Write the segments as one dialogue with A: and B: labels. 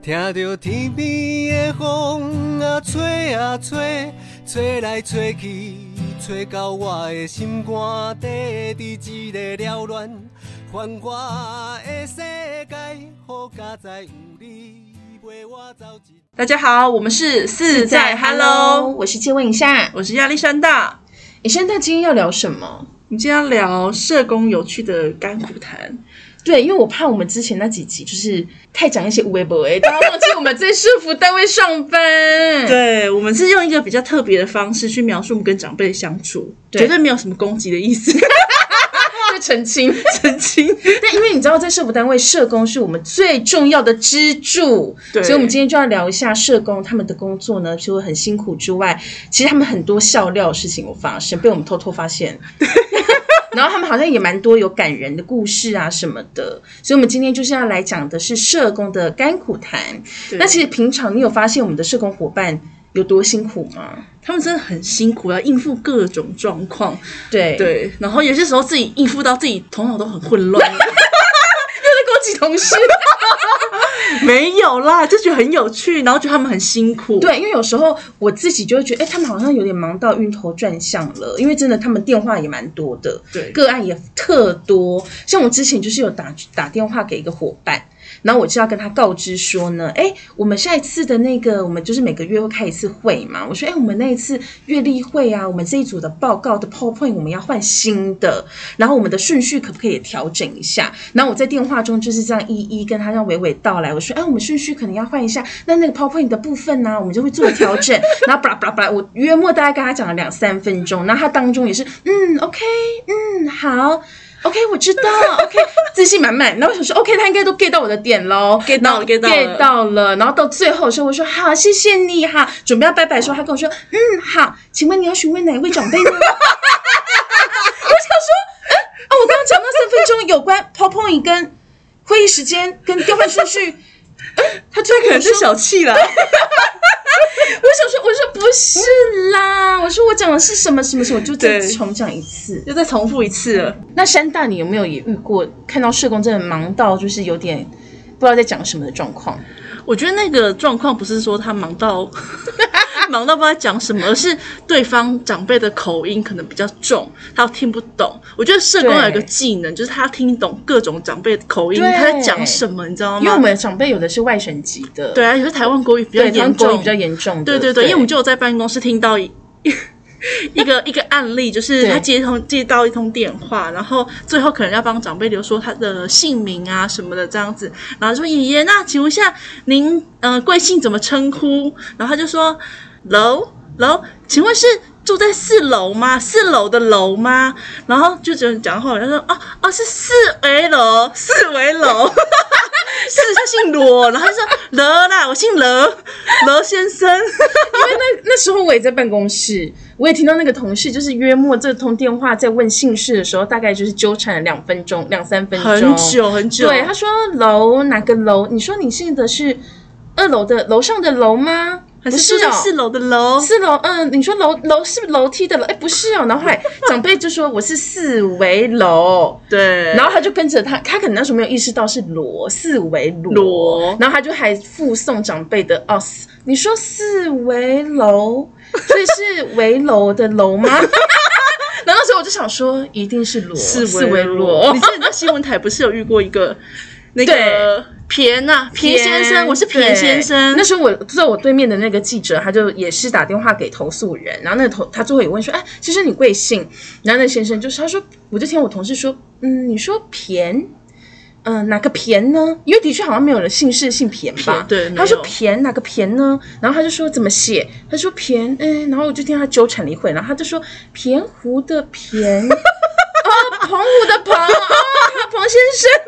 A: 听着天边的风啊吹啊吹，吹来吹去，吹到我的心肝底，伫一个缭乱繁华的世界，好佳哉有你陪我走一。
B: 大家好，我们是四在 Hello，
C: 我是借问一下，
B: 我是亚历山大。
C: 你现在今天要聊什么？
B: 我们今天要聊社工有趣的甘苦谈，
C: 对，因为我怕我们之前那几集就是太讲一些无微不微，大家忘记我们在社服单位上班。，
B: 对我们是用一个比较特别的方式去描述我们跟长辈的相处，
C: 对
B: 绝对没有什么攻击的意思，
C: 就澄清。
B: 澄清。
C: 但因为你知道，在社服单位，社工是我们最重要的支柱，
B: 对
C: 所以我们今天就要聊一下社工他们的工作呢，除了很辛苦之外，其实他们很多笑料的事情有发生，被我们偷偷 发现。然后他们好像也蛮多有感人的故事啊什么的，所以我们今天就是要来讲的是社工的甘苦谈。
B: 对
C: 那其实平常你有发现我们的社工伙伴有多辛苦吗？
B: 他们真的很辛苦，要应付各种状况。
C: 对，
B: 对，然后有些时候自己应付到自己头脑都很混乱。
C: 攻击同事。
B: 没有啦，就觉得很有趣，然后觉得他们很辛苦。
C: 对，因为有时候我自己就会觉得，哎、他们好像有点忙到晕头转向了，因为真的他们电话也蛮多的，
B: 对
C: 个案也特多。像我之前就是有打打电话给一个伙伴，然后我就要跟他告知说呢，哎、我们下一次的那个，我们就是每个月会开一次会嘛。我说，哎、我们那一次月例会啊，我们这一组的报告的 PowerPoint 我们要换新的，然后我们的顺序可不可以也调整一下？然后我在电话中就是这样一一跟他这样娓娓道来，我说，哎、我们顺序可能要换一下，那那个 PowerPoint 的部分呢、我们就会做调整。 然后巴拉巴拉巴拉，我约莫大概跟他讲了两三分钟，然后他当中也是，嗯，OK，嗯，好。OK，我知道。OK，自 信满满。然后我想说，OK，他应该都 get 到我的点喽
B: get 到了
C: 然后
B: get 到了
C: ，get 到了。然后到最后的时候，我说好，谢谢你哈，准备要拜拜的时候，他跟我说，嗯，好，请问你要询问哪一位长辈呢？我 想说，嗯，哦，我刚刚讲到三分钟有关 PowerPoint 跟会议时间跟调换顺序，嗯，他居然
B: 可能
C: 跟我
B: 是
C: 说
B: 小气啦。
C: 我想说，我说不是啦，我说我讲的是什么什么什么，我就再
B: 对
C: 重讲一次。
B: 又再重复一次了。
C: 那山大，你有没有也遇过看到社工真的忙到就是有点不知道在讲什么的状况？
B: 我觉得那个状况不是说他忙到 忙到不知道讲什么，而是对方长辈的口音可能比较重，他听不懂。我觉得社工
C: 对
B: 有一个技能，就是他听懂各种长辈的口音，
C: 对
B: 他在讲什么，你知道
C: 因为我
B: 吗？
C: 们长辈有的是外省籍的，
B: 对啊，有些台湾国语比较
C: 对，他
B: 严
C: 们国语
B: 重
C: 比，较严重的，
B: 对对对，因为我们就有在办公室听到一一个 一个案例，就是
C: 对
B: 他接通接到一通电话，然后最后可能要帮长辈留说他的姓名啊什么的这样子，然后就说爷爷，那请问一下您呃贵姓怎么称呼？然后他就说楼楼，请问是。住在四楼吗？四楼的楼吗？然后就只能讲后来他说哦哦是四维楼，四维 楼。是他姓罗，然后他说罗啦，我姓罗，罗先生。
C: 那那时候我也在办公室，我也听到那个同事就是约莫这通电话在问姓氏的时候，大概就是纠缠了两分钟、两三分钟，
B: 很久很久，
C: 对，他说楼哪个楼？你说你姓的是二楼的楼上的楼吗？
B: 还
C: 不
B: 是住在
C: 哦，
B: 四楼的楼，
C: 四楼。嗯，你说楼楼是不是楼梯的楼？哎，不是哦。然后 后来长辈就说我是四维楼。
B: 对，
C: 然后他就跟着他，他可能那时候没有意识到是罗四维罗，
B: 罗
C: 然后他就还附送长辈的哦，四你说四维楼，所以是围楼的楼吗？ 然后那时候我就想说，一定是 罗
B: 四
C: 维
B: 维
C: 罗，
B: 你之前在新闻台不是有遇过一个那个田呐，田先生，我是田
C: 田
B: 先生。
C: 那时候我坐我对面的那个记者，他就也是打电话给投诉人，然后那个投他最后也问说：“哎，先生你贵姓？”然后那先生就是他说，我就听我同事说：“嗯，你说偏。”嗯、哪个偏呢？因为的确好像没有人姓氏姓偏吧
B: 偏？对没有
C: 他说偏哪个偏呢？然后他就说怎么写？他说偏，嗯，然后我就听他纠缠了一会，然后他就说偏湖的 偏，哦，澎湖的澎，哦，彭先生。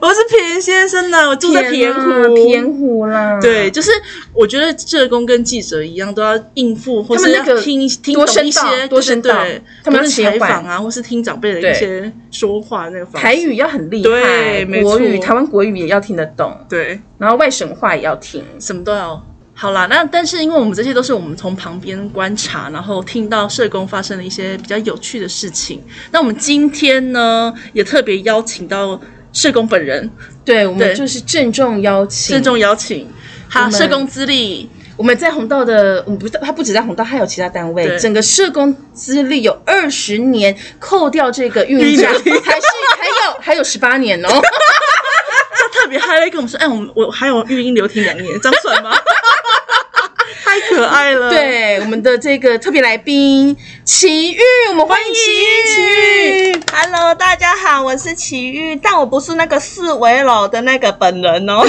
B: 我是田先生啊呐，我住在田
C: 偏湖，
B: 湖。
C: 啊偏湖啦，
B: 对，，就是我觉得社工跟记者一样，都要应付或
C: 他
B: 是
C: 们那个
B: 要听听
C: 多
B: 懂
C: 声
B: 一
C: 道
B: 些，
C: 多声
B: 对
C: 道
B: 对
C: 他们要
B: 就是采
C: 切换
B: 访啊，或是听长辈的一
C: 对
B: 些说话那个方式。
C: 台语要很厉害，
B: 对没
C: 国语
B: 错
C: 台湾国语也要听得懂，
B: 对，
C: 然后外省话也要听。
B: 什么都要。好啦，那但是因为我们这些都是我们从旁边观察，然后听到社工发生了一些比较有趣的事情。那我们今天呢，也特别邀请到社工本人
C: 对，我们
B: 对
C: 就是郑重邀请，
B: 郑重邀请，他
C: 我们
B: 社工资历
C: 我们在红道的，我们不，他不止在红道，还有其他单位。
B: 对
C: 整个社工资历有二十年，扣掉这个运价， 还
B: 运
C: 是还有还有十八年 哦。
B: 他特别嗨来跟我们说，哎，我们我还有育婴留停两年，这样算吗？太可爱了，，
C: 对，我们的这个特别来宾奇遇，我们欢迎奇遇， 奇遇。
D: Hello，大家好，我是奇遇，但我不是那个四围楼的那个本人哦。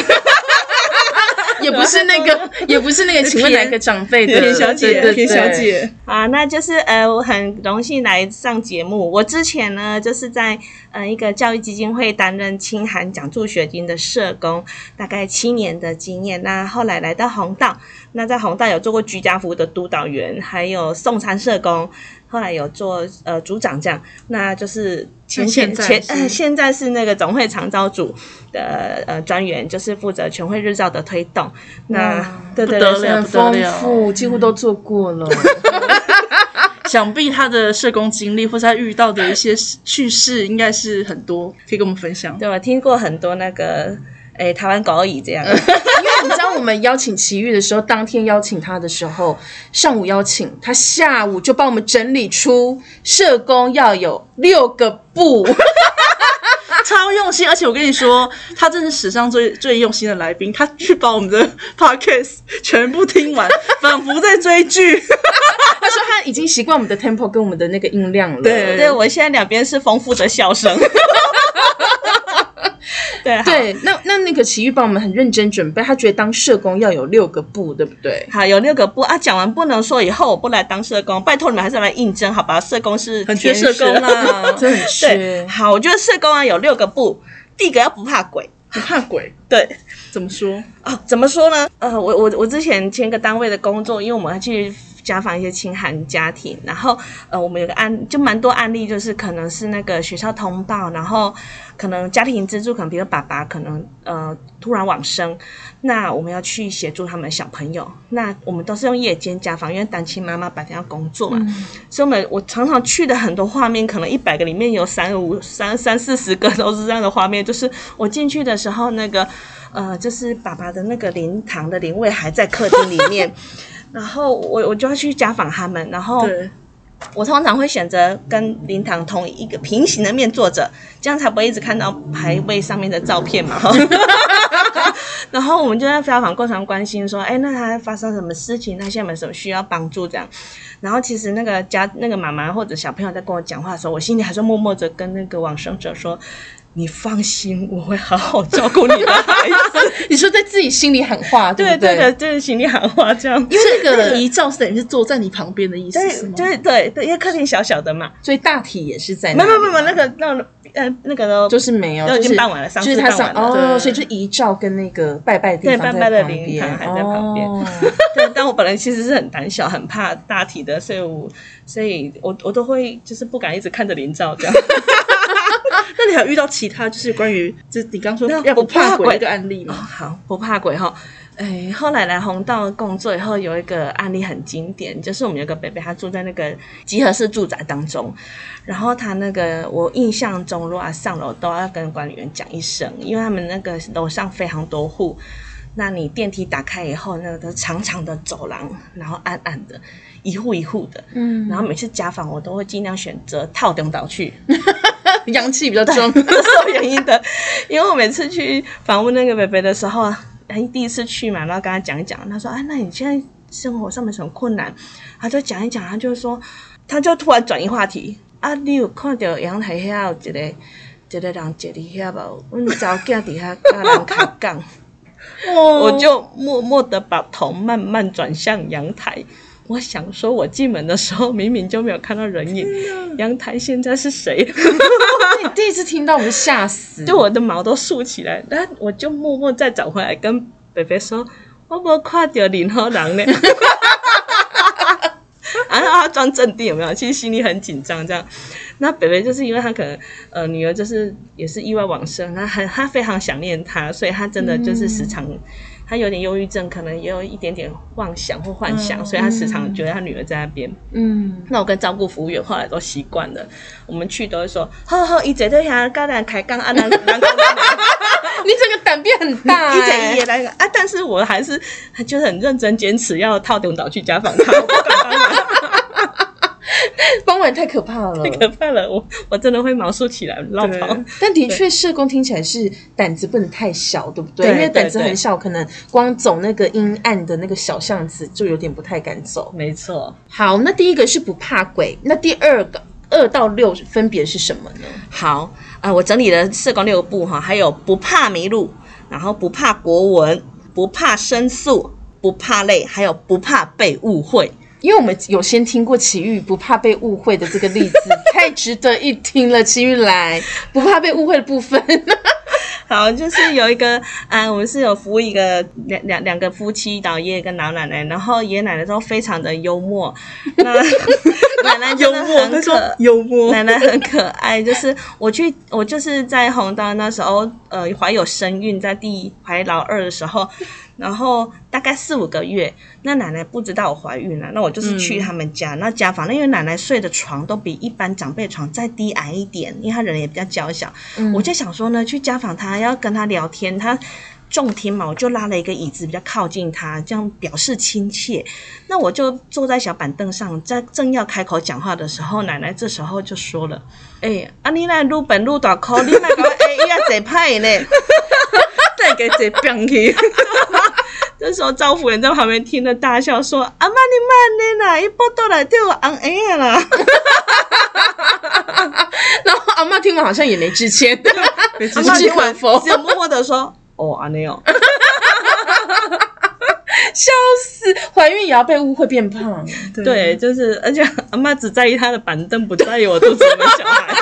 C: 也不是那个，也不是 那个，请问哪个长辈 的
B: 田小姐，
C: 对对对
B: 田小姐，
D: 啊，那就是呃，我很荣幸来上节目。我之前呢，就是在呃一个教育基金会担任清寒奖助学金的社工，大概七年的经验。那后来来到红道，那在红道有做过居家服务的督导员，还有送餐社工，后来有做呃组长这样。那就是前
B: 那现
D: 前
B: 在
D: 前
B: 是
D: 呃现在是那个总会常招组的呃专员，就是负责全会日照的推动。那对
B: 不
D: 对对啊
B: 得，了
C: 很丰富，几乎都做过 了。
B: 想必她的社工经历或是她遇到的一些趣事，应该是很多，可以跟我们分享。
D: 对，我听过很多那个，诶，台湾狗椅这 样，
C: 因为你知道，我们邀请奇遇的时候，当天邀请他的时候，上午邀请他，下午就帮我们整理出社工要有六个不，
B: 超用心，而且我跟你说，他真是史上最最用心的来宾，他去把我们的 podcast 全部听完， 仿佛在追剧。
C: 他说他已经习惯我们的 tempo 跟我们的那个音量了。
B: 对
D: 对我现在两边是丰富的笑声。 对好
C: 对，那那那个奇遇帮我们很认真准备，他觉得当社工要有六个不，对不对？
D: 好，有六个不啊，讲完不能说以后我不来当社工，拜托你们还是来应征好吧？社工是
B: 很缺啊
D: 天使
B: 社工 啦，
C: 真的很
D: 对，
C: 缺，
D: 好，我觉得社工啊有六个不，第一个要不怕鬼，
B: 不怕鬼，
D: 对，
B: 怎么 说？
D: 啊，怎么说呢？呃，我我我之前签个单位的工作，因为我们要去家访一些清寒家庭，然后呃，我们有个案就蛮多案例，就是可能是那个学校通报，然后可能家庭支柱，可能比如爸爸可能呃突然往生，那我们要去协助他们小朋友，那我们都是用夜间家访，因为单亲妈妈白天要工作嘛，所以我们我常常去的很多画面，可能一百个里面有三五三三四十个都是这样的画面。就是我进去的时候，那个呃，就是爸爸的那个灵堂的灵位还在客厅里面，然后我我就要去家访他们，然后
B: 对，
D: 我通常会选择跟灵堂同一个平行的面坐着，这样才不会一直看到牌位上面的照片嘛。哈然后我们就在采访过程中关心说，哎，那他发生什么事情？那现在有没有什么需要帮助？这样。然后其实那个家那个妈妈或者小朋友在跟我讲话的时候，我心里还是默默着跟那个往生者说。你放心，我会好好照顾你的孩子。
C: 你说在自己心里喊话，
D: 对
C: 不对
D: 对的，就是心里喊话这样。
C: 因为那
B: 那个
C: 个，
B: 遗照是等于是坐在你旁边的意思，是
D: 对
B: 吗？
D: 对对对，因为客厅小小的嘛。
C: 所以大体也是在
D: 没
C: 哎那里
D: 有
C: 嘛
D: 没有没有，那个那个呃那个呢
C: 就是没有，
D: 都已
C: 就
D: 经
C: 是
D: 办完了丧
C: 就是
D: 事
C: 他
D: 办
C: 上
D: 完
B: 了
C: 哦，
B: 对
C: 所以就遗照跟那个拜拜的地
D: 对
C: 方
D: 拜拜
C: 在
D: 的
C: 旁
D: 灵
C: 边
D: 堂还在旁边
C: 哦
D: 对，但我本来其实是很胆小、很怕大体的，所以我所以我我都会就是不敢一直看着林照这样。
B: 那你还有遇到其他就是关于就是你刚说
D: 那
B: 要不
D: 不怕
B: 怕鬼
D: 鬼
B: 那个案例吗？
D: 哦，好，不怕鬼哈。哎，后来来红道工作以后，有一个案例很经典，就是我们有个北北，他住在那个集合式住宅当中，然后他那个我印象中，如果他上楼都要跟管理员讲一声，因为他们那个楼上非常多户，那你电梯打开以后，那个长长的走廊，然后暗暗的，一户一户的，
C: 嗯
D: 然后每次家访我都会尽量选择套顶岛去，
C: 阳气比较重，
D: 这是有原因的，因为我每次去访问那个北北的时候啊，哎，第一次去嘛，然后跟他讲一讲，他说，哎，那你现在生活上面有什么困难？他就讲一讲，他就说，他就突然转移话题，啊，你有看到阳台遐有一个一个人坐伫遐无？阮查某囝伫遐甲人开讲，
B: 哦
D: 我就默默的把头慢慢转向阳台。我想说，我进门的时候明明就没有看到人影，阳台现在是谁？
C: 你第一次听到我们吓
B: 嗯
C: 死，
D: 就我的毛都竖起来，然后我就默默再找回来跟北 北说，我无看到任何人呢。啊啊！他装镇定有没有？其实心里很紧张这样。那北北就是因为他可能呃女儿就是也是意外往生，那很他非常想念他，所以他真的就是时常。
B: 嗯
D: 他有点忧郁症，可能也有一点点妄想或幻想，
B: 嗯
D: 所以他时常觉得他女儿在那边。
C: 嗯，
D: 那我跟照顾服务员后来都习惯了，我们去都会说，呵呵，伊坐在遐，甲咱开讲啊，咱咱讲咱俩
C: 你这个胆变很 大、
D: 一整
C: 欸，
D: 夜来一个啊！但是我还是就是很认真坚持要套顶岛去家访他，我不敢当然
C: 傍晚太可怕了，
D: 太可怕了，我我真的会毛竖起来绕跑。
B: 对
C: 但的确，社工听起来是胆子不能太小，对不对？
D: 对
C: 因为胆
D: 对
C: 子很
D: 对
C: 小，可能光走那个阴暗的那个小巷子就有点不太敢走。
D: 没错，
C: 好，那第一个是不怕鬼，那第二个二到六分别是什么呢？
D: 好啊、我整理了社工六步哈，还有不怕迷路，然后不怕国文，不怕申诉，不怕累，还有不怕被误会。
C: 因为我们有先听过奇遇不怕被误会的这个例子，太值得一听了。奇遇来不怕被误会的部分，
D: 好，就是有一个，啊，我们是有服务一个两两两个夫妻，老爷爷跟老奶奶，然后爷爷奶奶都非常的幽默，那 奶奶 真
B: 幽
D: 的
B: 默，
D: 很
B: 他
D: 可
B: 说幽默，
D: 奶奶很可爱，就是我去，我就是在红灯那时候，呃，怀有身孕，在第怀老二的时候，然后大概四五个月，那奶奶不知道我怀孕了，那我就是去他们家，那家反正因为奶奶睡的床都比一般长辈床再低矮一点，因为她人也比较娇小，
C: 嗯
D: 我就想说呢，去家访她要跟她聊天，她。重听嘛，我就拉了一个椅子比较靠近她，这样表示亲切。那我就坐在小板凳上，在正要开口讲话的时候，奶奶这时候就说了：“哎、啊你那路本路大口，你那个哎伊也坐派呢，再给坐病 去。”这时候赵夫人在旁边听了大笑，说：“阿妈你慢呢啦，一波倒来对我昂哎呀啦。”
C: 然后阿妈听完好像也没致 歉，
D: 阿
C: 只
D: 嬷
C: 是
D: 听
C: 晚
D: 完
C: 风，
D: 只有默默的说：“哦，安尼哦。”
C: 笑死！怀孕也要被误会变胖，
D: 对，就是，而且阿妈只在意她的板凳，不在意我肚子里的小孩。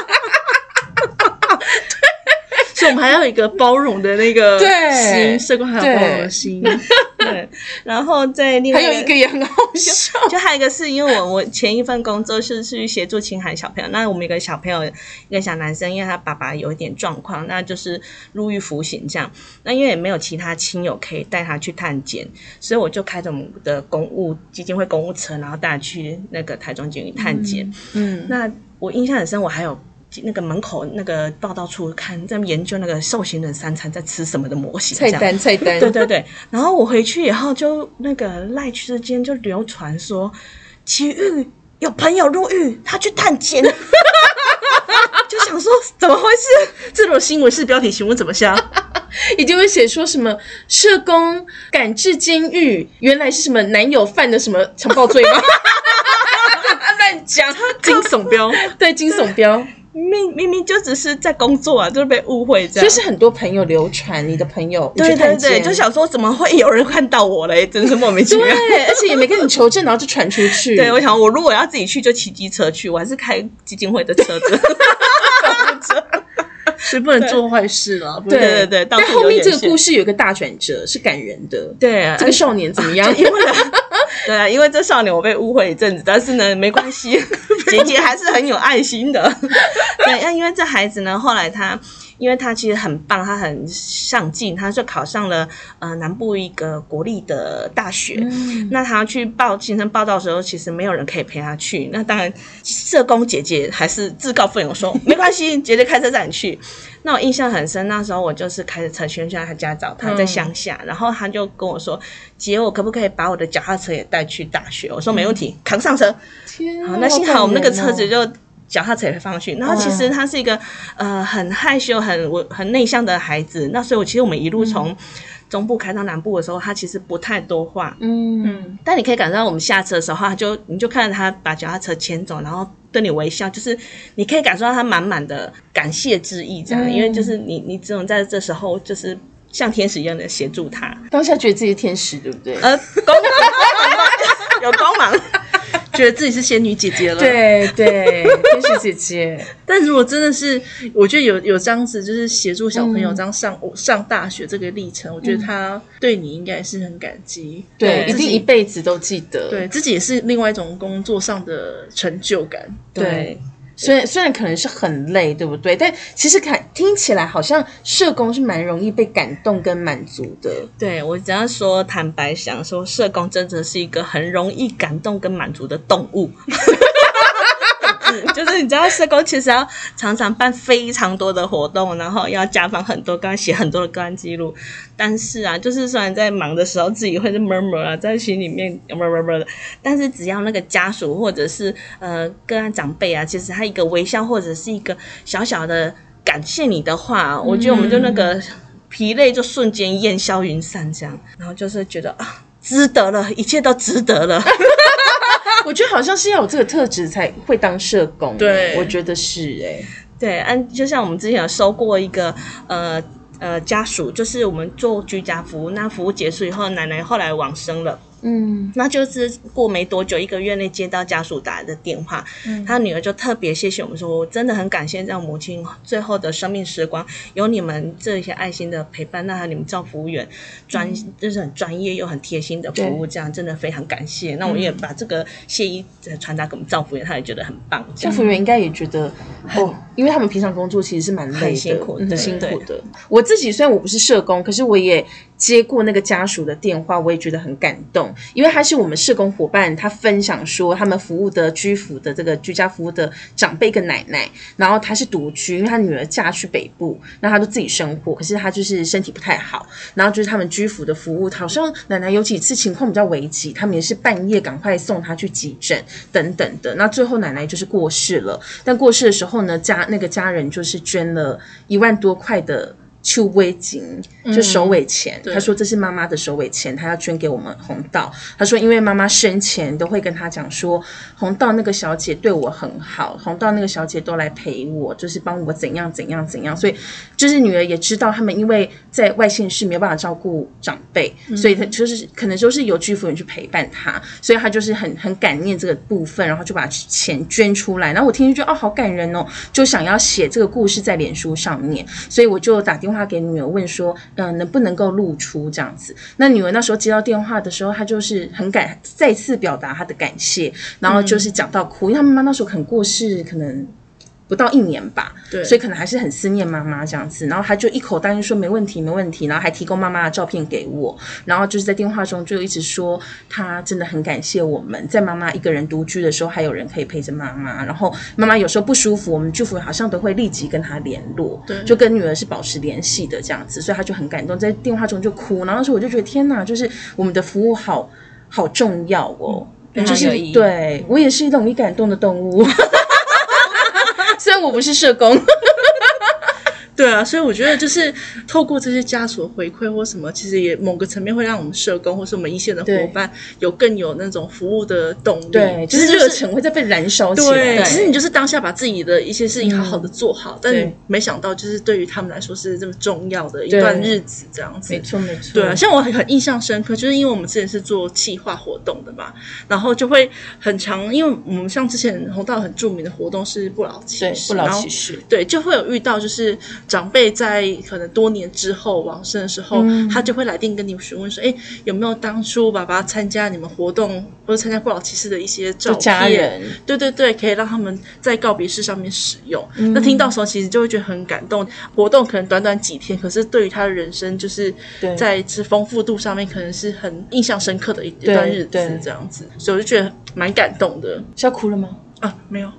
B: 所以我们还要有一个包容的那个
C: 对
B: 心，社工还有包容
C: 对
B: 的心，
D: 对，然后在另外
C: 还有一个也很好笑。
D: 就还有一个是因为我我前一份工作是去协助青海小朋友，那我们有个小朋友一个小男生，因为他爸爸有一点状况，那就是入狱服刑这样。那因为也没有其他亲友可以带他去探监，所以我就开着我们的公务基金会公务车，然后带他去那个台中监狱探监。
C: 嗯，
D: 那我印象很深，我还有那个门口那个报道处看，在研究那个受刑人三餐在吃什么的模型，
C: 菜
D: 这样。
C: 单菜单，
D: 对对对，然后我回去以后就那个赖之间就流传说，奇遇有朋友入狱，他去探 监，就想说怎么回事？
B: 这种新闻是标题，请问怎么下？
C: 一定会写说什么社工赶至监狱，原来是什么男友犯的什么强暴罪 吗？ 乱讲，
B: 惊悚标，
C: 对惊悚标，
D: 明明明就只是在工作啊，就是被误会这样。
C: 就是很多朋友流传，你的朋友你去
D: 对对
C: 探
D: 对，
C: 监
D: 就想说怎么会有人看到我嘞？真是莫名其妙。
C: 对，而且也没跟你求证，然后就传出去，
D: 对，我想我如果要自己去，就骑机车去，我还是开基金会的车子。
B: 所以不能做坏事了。不能
D: 对对对到处
C: 但后面
D: 有
C: 这
D: 眼
C: 个
D: 线
C: 故事有一个大转折，是感人的。
D: 对 啊
C: 这个少年怎么样？因为
D: 对啊，因为这少年我被误会一阵子，但是呢，没关 系，姐姐还是很有爱心的。对，那因为这孩子呢，后来他，因为他其实很棒，他很上进，他就考上了呃南部一个国立的大学。
C: 嗯
D: 那他去报新生报道的时候，其实没有人可以陪他去。那当然，社工姐姐还是自告奋勇说， 没关系，姐姐开车载你去。那我印象很深，那时候我就是开着车去他家找他，在乡下，然后他就跟我说：“姐，我可不可以把我的脚踏车也带去大学？”我说：“没问题，扛上车。”
C: 天啊
D: 好，那幸好我们那个车子
C: 就
D: 就脚踏车也放上去。然后其实他是一个、呃很害羞、很我很内向的孩子，那所以我其实我们一路从中部开到南部的时候，他其实不太多话，
C: 嗯，
D: 但你可以感受到我们下车的时候，他就你就看着他把脚踏车牵走，然后对你微笑，就是你可以感受到他满满的感谢之意，这样，
C: 嗯
D: 因为就是你你只有在这时候就是像天使一样的协助他，呃
C: 当下觉得自己是天使，对不对？
D: 呃，光芒有光芒，
B: 觉得自己是仙女姐姐了。，
C: 对对，天使姐姐，
B: 但如果真的是，我觉得有有这样子，就是协助小朋友
C: 嗯
B: 这样上、上大学这个历程，我觉得他对你应该是很感激，
C: 对，
B: 自
C: 一
B: 己
C: 定一辈子都记得。
B: 对自己也是另外一种工作上的成就感。
C: 对，虽然虽然可能是很累，对不对？但其实看听起来好像社工是蛮容易被感动跟满足的。
D: 对我只要说坦白想说，社工真的是一个很容易感动跟满足的动物。 就是你知道，社工其实要常常办非常多的活动，然后要家访很多个案，写很多的个案记录。但是啊，就是虽然在忙的时候自己会是 murmur 啊，在心里面 murmur murmur 的，但是只要那个家属或者是呃个案长辈啊，其实他一个微笑或者是一个小小的感谢你的话，啊我觉得我们就那个疲累就瞬间烟消云散，这样，然后就是觉得啊，值得了，一切都值得了。
C: 我觉得好像是要有这个特质才会当社工。欸
B: 对
C: 我觉得是哎、
D: 对，按就像我们之前有收过一个呃呃家属，就是我们做居家服务，那服务结束以后，奶奶后来往生了。
C: 嗯，
D: 那就是过没多久，一个月内接到家属打来的电话，他女儿就特别谢谢我们说，我真的很感谢让母亲最后的生命时光有你们这些爱心的陪伴，那还有你们照服务员专、就是很专业又很贴心的服务，这样真的非常感谢。那我也把这个谢意呃传达给我们照服务员，他也觉得很棒，这
C: 教
D: 样
C: 服员应该也觉得哦，因为他们平常工作其实是蛮累的，
D: 很辛苦
C: 嗯
D: 对
C: 辛苦的。我自己虽然我不是社工，可是我也接过那个家属的电话，我也觉得很感动，因为他是我们社工伙伴，他分享说他们服务的居服的这个居家服务的长辈跟奶奶，然后他是独居，因为他女儿嫁去北部，那他就自己生活，可是他就是身体不太好，然后就是他们居服的服务，好像奶奶有几次情况比较危急，他们也是半夜赶快送她去急诊等等的。那最后奶奶就是过世了，但过世的时候呢，家那个家人就是捐了一万多块的。秋微金就手尾钱，
B: 对
C: 他说这是妈妈的手尾钱，他要捐给我们红道。他说因为妈妈生前都会跟他讲说，红道那个小姐对我很好，红道那个小姐都来陪我，就是帮我怎样怎样怎样，所以就是女儿也知道他们因为在外县市没有办法照顾长辈，所以她就是可能就是有居服员去陪伴她，所以她就是很很感念这个部分，然后就把钱捐出来。然后我听就觉得哦好感人哦，就想要写这个故事在脸书上面，所以我就打电话给女儿问说，嗯、能不能够露出这样子？那女儿那时候接到电话的时候，她就是很感再次表达她的感谢，然后就是讲到哭，因为她妈妈那时候可能过世，可能。不到一年吧，
B: 对，
C: 所以可能还是很思念妈妈这样子。然后他就一口答应说没问题，没问题，然后还提供妈妈的照片给我。然后就是在电话中就一直说他真的很感谢我们，在妈妈一个人独居的时候还有人可以陪着妈妈。然后妈妈有时候不舒服，我们祝福好像都会立即跟她联络，
B: 对
C: 就跟女儿是保持联系的这样子，所以他就很感动，在电话中就哭。然后那时候我就觉得天哪，就是我们的服务好好重要哦。
B: 嗯
D: 非
C: 就
D: 常
C: 是
D: 有意义。
C: 对我也是一种易感动的动物， 虽然我不是社工，
B: 对啊，所以我觉得就是透过这些家属的回馈或什么，其实也某个层面会让我们社工或是我们一线的
C: 对
B: 伙伴有更有那种服务的动力，
C: 对，就
B: 其
C: 是
B: 实
C: 热忱会再被燃烧起
B: 嗯
C: 来。
B: 对，其实你就是当下把自己的一些事情好好的做好，但你
C: 嗯对
B: 没想到就是对于他们来说是这么重要的一
C: 对
B: 段日子这样子，
C: 没错没错，
B: 对啊，像我很很印象深刻，就是因为我们之前是做企划活动的嘛，然后就会很常，因为我们像之前红道很著名的活动是不老骑
C: 对
B: 士，
C: 不老
B: 然后
C: 骑士，
B: 对，就会有遇到，就是长辈在可能多年之后往生的时候，
C: 嗯
B: 他就会来电跟你询问说，哎，有没有当初爸爸参加你们活动或者参加不老骑士的一些照
C: 就家
B: 片？
C: 人，
B: 对对对，可以让他们在告别式上面使用。那听到时候其实就会觉得很感动。活动可能短短几天，可是对于他的人生，就是
C: 对
B: 在这丰富度上面，可能是很印象深刻的一一段日
C: 对
B: 子这样子，所以我就觉得蛮感动的
C: 是要哭了吗？
B: 啊。没有，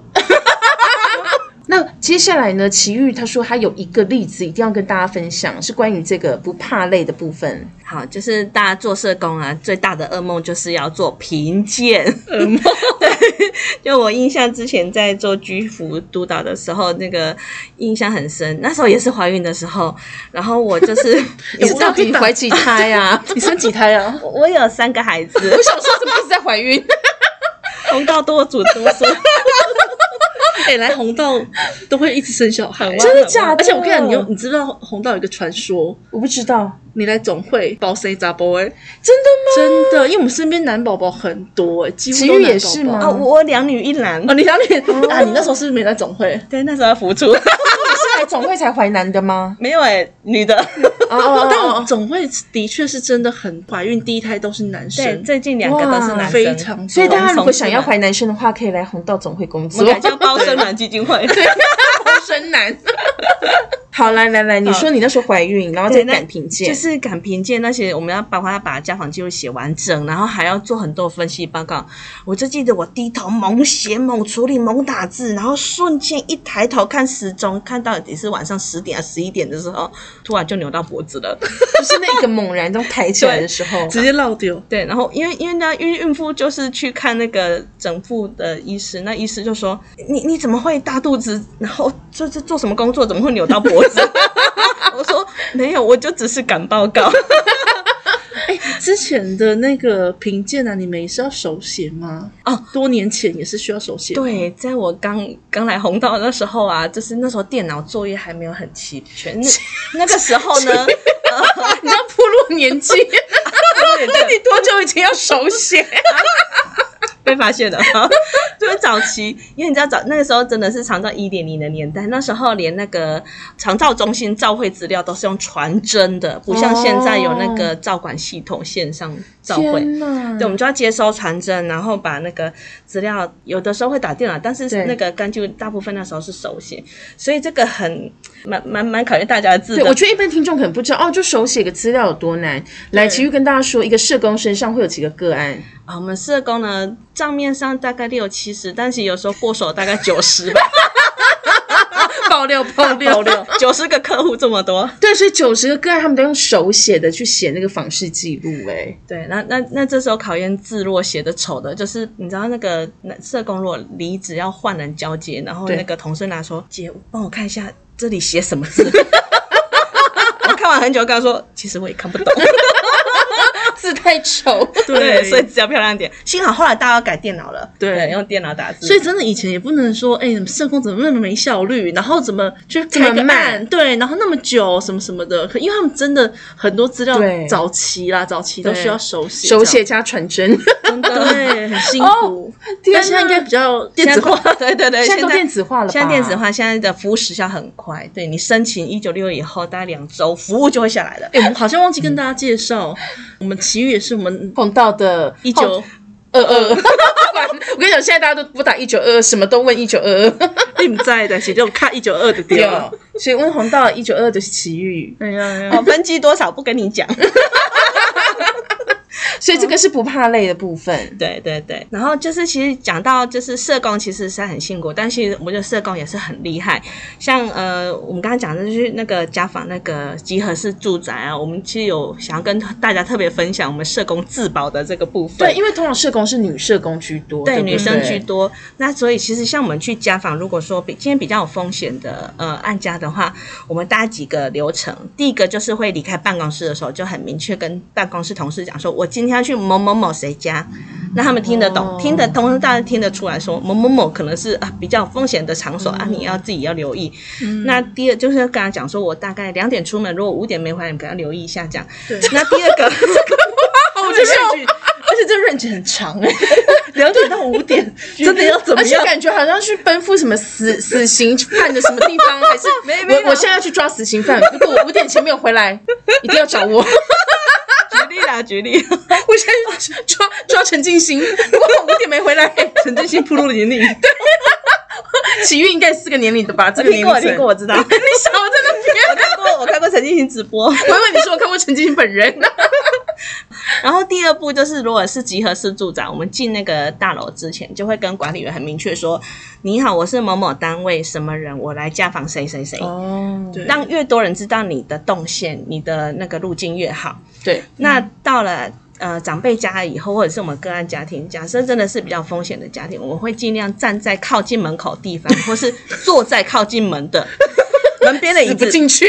C: 那接下来呢？奇遇他说他有一个例子一定要跟大家分享，是关于这个不怕累的部分。
D: 好，就是大家做社工啊，最大的噩梦就是要做评鉴。噩梦。 对，就我印象之前在做居服督导的时候，那个印象很深。那时候也是怀孕的时候，然后我就是，
C: 你是到 底怀几胎 啊？
B: 你生几胎啊？
D: 我我有三个孩子，
C: 我想说怎么一直在怀孕？
D: 红道多主多说。
B: 哎、来红道都会一直生小孩，
D: 真的
C: 假的
B: 而且我跟你讲，你有你知不知道红道有一个传说，
C: 我不知道，
B: 你来总会包 C 杂包哎，
C: 真的吗？
B: 真的，因为我们身边男宝宝很多哎，几乎
C: 池
B: 都
C: 玉
B: 男
C: 也
B: 宝宝
C: 是吗
D: 哦，我两女一男
B: 哦，。你想你、 啊，你那时候是不是没来总会？
D: 对，那时候要付出，
C: 你是来总会才怀男的吗？
D: 没有哎，女的。
C: 哦哦
B: 但我总会的确是真的很怀孕，第一胎都是男
D: 对，
B: 生，
D: 最近两个都是男生，
B: 非常多
C: 所以大家如果想要
D: 怀，
C: 怀男生的话，可以来红道总会工
D: 我
C: 作
D: 们。改叫包生 男基金会。
C: 生男。 好，来来来，你说你那时候怀孕，然后再
D: 对那
C: 赶评鉴，
D: 就是哦赶评鉴那些，我们要帮他把家访记录写完整，然后还要做很多分析报告。我就记得我低头猛写、猛处理、猛打字，然后瞬间一抬头看时钟，看到底是晚上十点啊十一点的时候，突然就扭到脖子了。
C: 就是那个猛然这样抬起来的时候，
B: 直接落丢。
D: 对，然后因为因为呢，孕孕妇就是去看那个整妇的医师，那医师就说你你怎么会大肚子，然后就是做什么工作，怎么会扭到脖子？ 我说没有，我就只是赶报告。
B: 哎之前的那个评鉴啊，你们也是要手写吗？
D: 哦，
B: 多年前也是需要手写。，
D: 对，在我刚刚来红道那时候啊，就是那时候电脑作业还没有很齐全，那那个时候呢，
C: 你要铺路年纪，那你多久以前要手写？
D: 被发现了， 就是早期，因为你知道早那个时候真的是长照一点零的年代，那时候连那个长照中心照会资料都是用传真的，不像现在有那个照管系统线上照会。
C: 哪
D: 对，我们就要接收传真，然后把那个资料，有的时候会打电脑，但是
C: 对
D: 那个根据大部分那时候是手写，所以这个很蛮蛮蛮考验大家的字
C: 对，
D: 的。
C: 我觉得一般听众可能不知道哦，就手写个资料有多难。来，
D: 对
C: 齐豫跟大家说，一个社工身上会有几个个案，
D: 啊，我们社工呢，账面上大概六七十，但是有时候过手大概九十 吧，
C: 爆料爆料
D: 爆料九十个客户这么多。
C: 对，所以九十个个案他们都用手写的去写那个访视记录，哎，
D: 对，那那那这时候考验字若写的丑的，就是你知道那个那社工如果离职要换人交接，然后
C: 对
D: 那个同事拿说：“姐，帮我看一下这里写什么字。” 我看完很久，跟他说：“其实我也看不懂。
C: 字太丑。
D: 对” 所以只要漂亮点。幸好后来大家要改电脑了，
B: 对
D: 用电脑打字。
B: 所以真的以前也不能说，哎、你们社工怎么那么没效率，然后怎么去开
C: 这
B: 个
C: 么慢
B: 案，对，然后那么久什么什么的，可因为他们真的很多资料
C: 对
B: 早期啦，早期都
C: 对
B: 需要手写，
C: 手写加传真，
D: 真
B: 这样
D: 的。
B: 对，很辛苦
C: 哦。
B: 但现在应该比较电子化，
D: 对对对，
C: 现在都
D: 在
C: 电子化了吧？
D: 现在电子化，现在的服务时效很快，对你申请一九六以后，大概两周服务就会下来了。
B: 哎、我们好像忘记跟大家介绍，我们奇遇也是我们
C: 碰到的
B: 一九
C: 二二。我跟你讲，现在大家都不打一九二二，什么都问一九二二。
B: 你们在的，写这种看一九二的
C: 对
B: 对了。，
C: 所以问红到一九二就是奇遇，
B: 哎呀哎
D: 哦，
B: 呀，
D: 分机多少不跟你讲。
C: 所以这个是不怕累的部分。
D: 对对对，然后就是其实讲到就是社工其实是很辛苦，但其实我觉得社工也是很厉害。像呃，我们刚刚讲的就是那个家访那个集合式住宅啊，我们其实有想要跟大家特别分享我们社工自保的这个部分。
C: 对，因为通常社工是女社工居多，对
D: 对
C: 不对，
D: 女生居多。那所以其实像我们去家访，如果说比今天比较有风险的呃案家的话，我们搭几个流程。第一个就是会离开办公室的时候，就很明确跟办公室同事讲说，我今天要去某某某谁家。那他们听得懂，
C: 哦
D: 听得通，大家听得出来说某某某可能是啊比较有风险的场所、
C: 嗯
D: 啊，你要自己要留意。那第二就是要跟他讲说，我大概两点出门，如果五点没回来，你可能要留意一下这样。那第二个
B: 我觉得而且这 range 很长
C: 欸
B: 哎、两点到五点，真的要怎么
C: 而且
B: 样？
C: 感觉好像去奔赴什么死死刑犯的什么地方，还是
D: 没没有
C: 我我现在要去抓死刑犯，如果我五点前没有回来，一定要找我。
D: 举例啦，举例。
C: 我现在去抓抓陈进兴，如果我五点没回 来，
B: 陈俊熙铺路的年 龄，
C: 奇遇应该四个年龄的吧？这个年龄
D: 听过，
C: 层
D: 听过，我知道。
C: 你少在那边。
D: 我看过，我看过陈进行直播。
C: 我以为你说我看过陈进兴本人，
D: 然后第二步就是，如果是集合式住宅，我们进那个大楼之前，就会跟管理员很明确说：“你好，我是某某单位什么人，我来家访谁谁谁。
C: 哦，对
D: 让越多人知道你的动线、你的那个路径越好。
C: 对，
D: 那到了呃长辈家以后，或者是我们个案家庭，假设真的是比较风险的家庭，我们会尽量站在靠近门口地方，或是坐在靠近门的门边的 椅
C: 死不
D: 子。
C: 进去。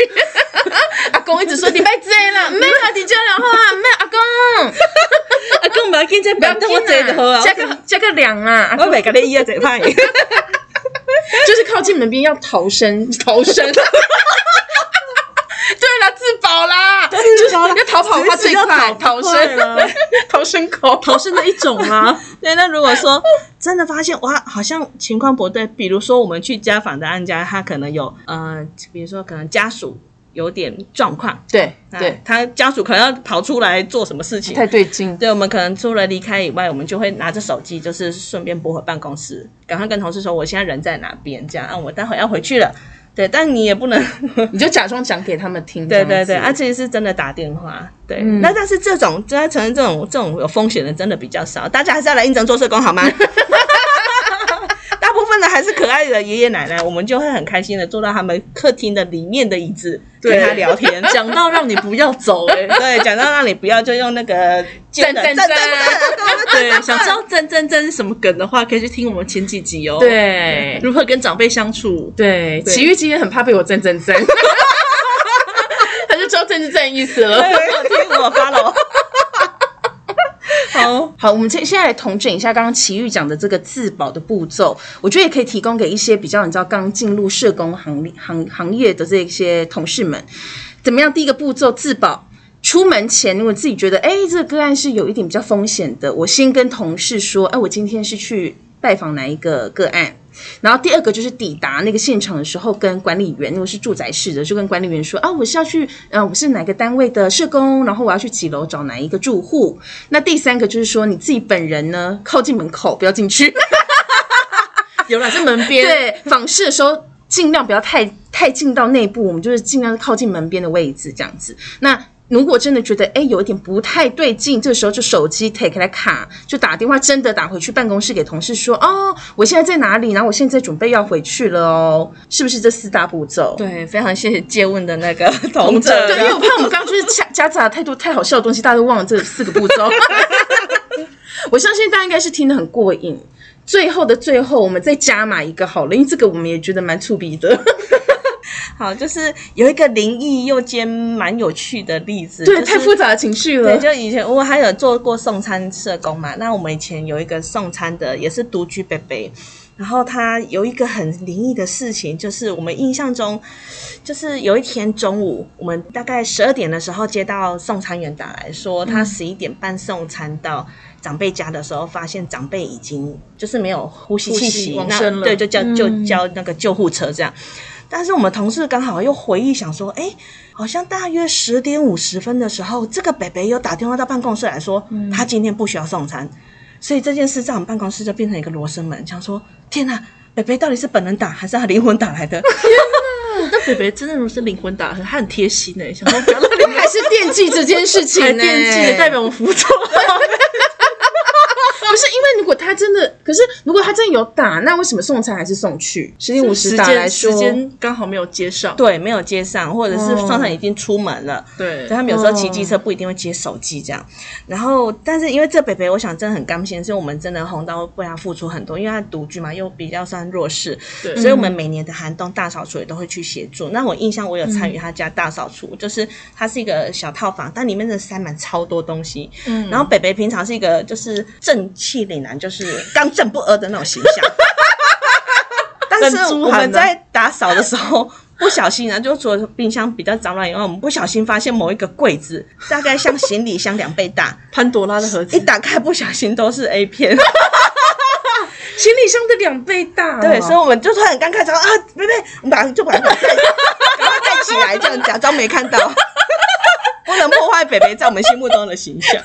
C: 阿公一直说礼拜几 啦，妹阿弟讲了话，妹阿公，
D: 啊，更不要紧，这
C: 不要
D: 等我坐就好啊
C: 加。个加个凉啊，阿
D: 我每个礼一这 派。
C: 就是靠近门边 要逃生，逃生。对啦，自保啦，就
D: 招了
C: 人家逃跑
D: 只
C: 他
D: 是
C: 最
D: 要
C: 快，逃
D: 逃
C: 生
D: 快了
C: 逃生口，
B: 逃生的一种啊。
D: 对，那如果说真的发现哇，好像情况不对，比如说我们去家访的案家，他可能有呃，比如说可能家属有点状况，
C: 对
D: 那
C: 对，
D: 他家属可能要跑出来做什么事情。
C: 太对劲，
D: 对，我们可能除了离开以外，我们就会拿着手机，就是顺便拨回办公室，赶快跟同事说我现在人在哪边，这样啊，我待会要回去了。对，但你也不能
C: 你就假装讲给他们听，
D: 对对
C: 这
D: 对，
C: 样
D: 啊，
C: 子
D: 其实是真的打电话，对。
C: 嗯
D: 那但是这种，就要承认这种这种有风险的真的比较少，大家还是要来应征做社工 好吗？大部分的还是可爱的爷爷奶奶，我们就会很开心的坐到他们客厅的里面的椅子跟他聊天。
B: 讲到让你不要走、欸，
D: 对，讲到那里不要就用那个
C: 赞
D: 尖的
C: 赞赞，
B: 对，想知道真真真是什么梗的话，可以去听我们前几集哦。，
C: 对
B: 如何跟长辈相处？
C: 对，
B: 对
C: 奇遇今天很怕被我赞赞 赞，他就知道赞赞赞的意思了
D: 对，。我听我发了。好，
C: 好，我们现现在来统整一下刚刚奇遇讲的这个自保的步骤，我觉得也可以提供给一些比较你知道刚进入社工行列行行业的这些同事们，怎么样？第一个步骤自保。出门前，如果自己觉得，哎，这个个案是有一点比较风险的，我先跟同事说，哎，我今天是去拜访哪一个个案。然后第二个就是抵达那个现场的时候，跟管理员，如果是住宅式的，就跟管理员说啊，我是要去，呃，我是哪个单位的社工，然后我要去几楼找哪一个住户。那第三个就是说，你自己本人呢，靠近门口不要进去。
B: 有啦，是门边。
C: 对，访视的时候尽量不要太太近到内部，我们就是尽量靠近门边的位置这样子。那如果真的觉得哎有一点不太对劲，这时候就手机 take 来卡，就打电话真的打回去办公室给同事说哦，我现在在哪里，然后我现在准备要回去了哦，是不是这四大步骤？
D: 对，非常谢谢借问的那个同志，
C: 对，因为我怕我们刚刚就是夹夹杂了太多太好笑的东西，大家都忘了这四个步骤。 我相信大家应该是听得很过瘾。最后的最后，我们再加码一个好了，因为这个我们也觉得蛮触鼻的。
D: 好，就是有一个灵异又兼蛮有趣的例子，
C: 对，
D: 就是
C: 太复杂的情绪了
D: 对，。就以前我还有做过送餐社工嘛，那我们以前有一个送餐的也是独居伯伯，然后他有一个很灵异的事情，就是我们印象中，就是有一天中午，我们大概十二点的时候接到送餐员打来说，
B: 嗯
D: 他十一点半送餐到。长辈家的时候，发现长辈已经就是没有呼吸
B: 呼
D: 气
B: 吸
D: 息，
B: 往
D: 那
B: 生了
D: 对，就叫就
C: 嗯
D: 叫那个救护车这样。但是我们同事刚好又回忆想说，哎、好像大约十点五十分的时候，这个北北有打电话到办公室来说，
B: 嗯
D: 他今天不需要送餐，所以这件事在我们办公室就变成一个罗生门，想说天哪、北北到底是本人打还是他灵魂打来的？
B: 那北北真的如是灵魂打，他很贴心 呢、想说不要让你
C: 他还是惦记这件事情
B: 还
C: 呢，
B: 惦记，代表我们服 从。
C: 不是因为如果他真的，可是如果他真的有打，那为什么送餐还是送去？十点五十
B: 时
C: 打来
B: 间
C: 说
B: 时，间刚好没有接上。
D: 对，没有接上，或者是送餐已经出门了。
B: 嗯对
D: 所以他们有时候骑机车不一定会接手机这样。然后，但是因为这北北，我想真的很甘心，所以我们真的红刀为他付出很多，因为他独居嘛，又比较算弱势，
B: 对
D: 所以我们每年的寒冬大扫除也都会去协助。那我印象我有参与他家大扫除，就是它是一个小套房，但里面真的塞满超多东西。嗯，然后北北平常是一个就是正气凛然，就是刚正不阿的那种形象。但
B: 跟
D: 是
B: 猪
D: 我
B: 喊
D: 们
C: 啊
B: 呢
D: 在打扫的时候，不小心啊呢，就除了冰箱比较脏乱以外，我们不小心发现某一个柜子，大概像行李箱两倍大，
B: 潘多拉的盒
D: 一
B: 子，
D: 打开不小心都是 A 片。
C: 行李箱的两倍大哦、
D: 对，所以我们就突然很尴尬，说啊，贝贝，我们把就把它盖，赶快盖起来，这样假装没 看到，不能破坏北北在我们心目中的形象。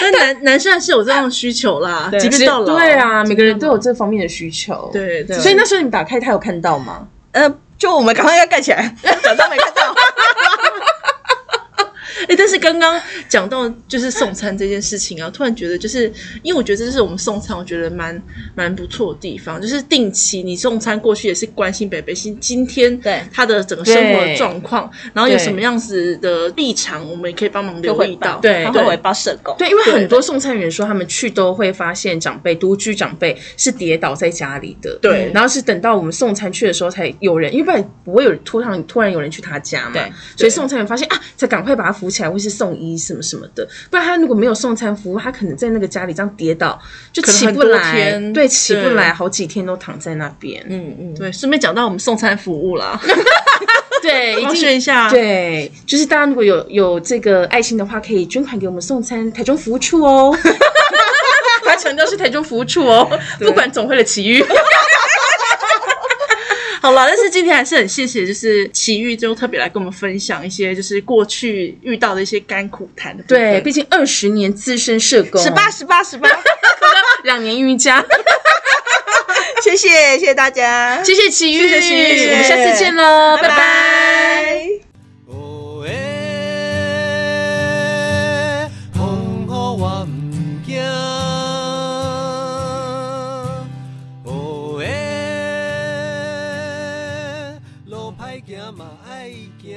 B: 但男男生还是有这样的需求啦，
D: 对
B: 即便到老。
C: 对，啊，每个人都有这方面的需求。，
B: 对对。
C: 所以那时候你打开，他有看到吗？
D: 呃，就我们赶快要盖起来，假装没 看到。
B: 哎、但是刚刚讲到就是送餐这件事情啊，突然觉得就是因为我觉得这就是我们送餐，我觉得蛮蛮不错的地方，就是定期你送餐过去也是关心北北今今天
D: 对
B: 他的整个生活的
C: 对
B: 状况，然后有
C: 对
B: 什么样子的立场，我们也可以帮忙
D: 就
B: 留
D: 会
B: 意到。
C: 对
D: 他会回报社工。
C: 对，因为很多送餐员说，他们去都会发现长辈、独居长辈是跌倒在家里的。
B: 对
C: 然后是等到我们送餐去的时候才有人，因为不然不会有突然突然有人去他家嘛
D: 对。
C: 所以送餐员发现啊，才赶快把他扶起来，或是送医什么什么的。不然他如果没有送餐服务，他可能在那个家里这样跌倒，就
B: 可能
C: 起
B: 很
C: 不
B: 多
C: 来
B: 天，
C: 对，起不
B: 对
C: 来，好几天都躺在那边。
D: 嗯嗯，
B: 对，顺便讲到我们送餐服务啦， 对，一定宣一
C: 啊
B: 下，
C: 对，就是大家如果有有这个爱心的话，可以捐款给我们送餐台中服务处 哦。他强调是台中服务处哦，不管总会的奇遇。
B: 好了，但是今天还是很谢谢，就是奇遇就特别来跟我们分享一些，就是过去遇到的一些甘苦谈的部
C: 对，
B: 分。
C: 毕竟二十年资深社工，
D: 十八十八十八，
C: 两年瑜伽，
D: 谢谢谢谢大家，
C: 谢谢奇遇，
B: 谢谢奇遇
C: 我们下次见喽，拜拜。
D: 拜
A: 哦耶，风雨我毋惊。哦耶，路歹行嘛爱行。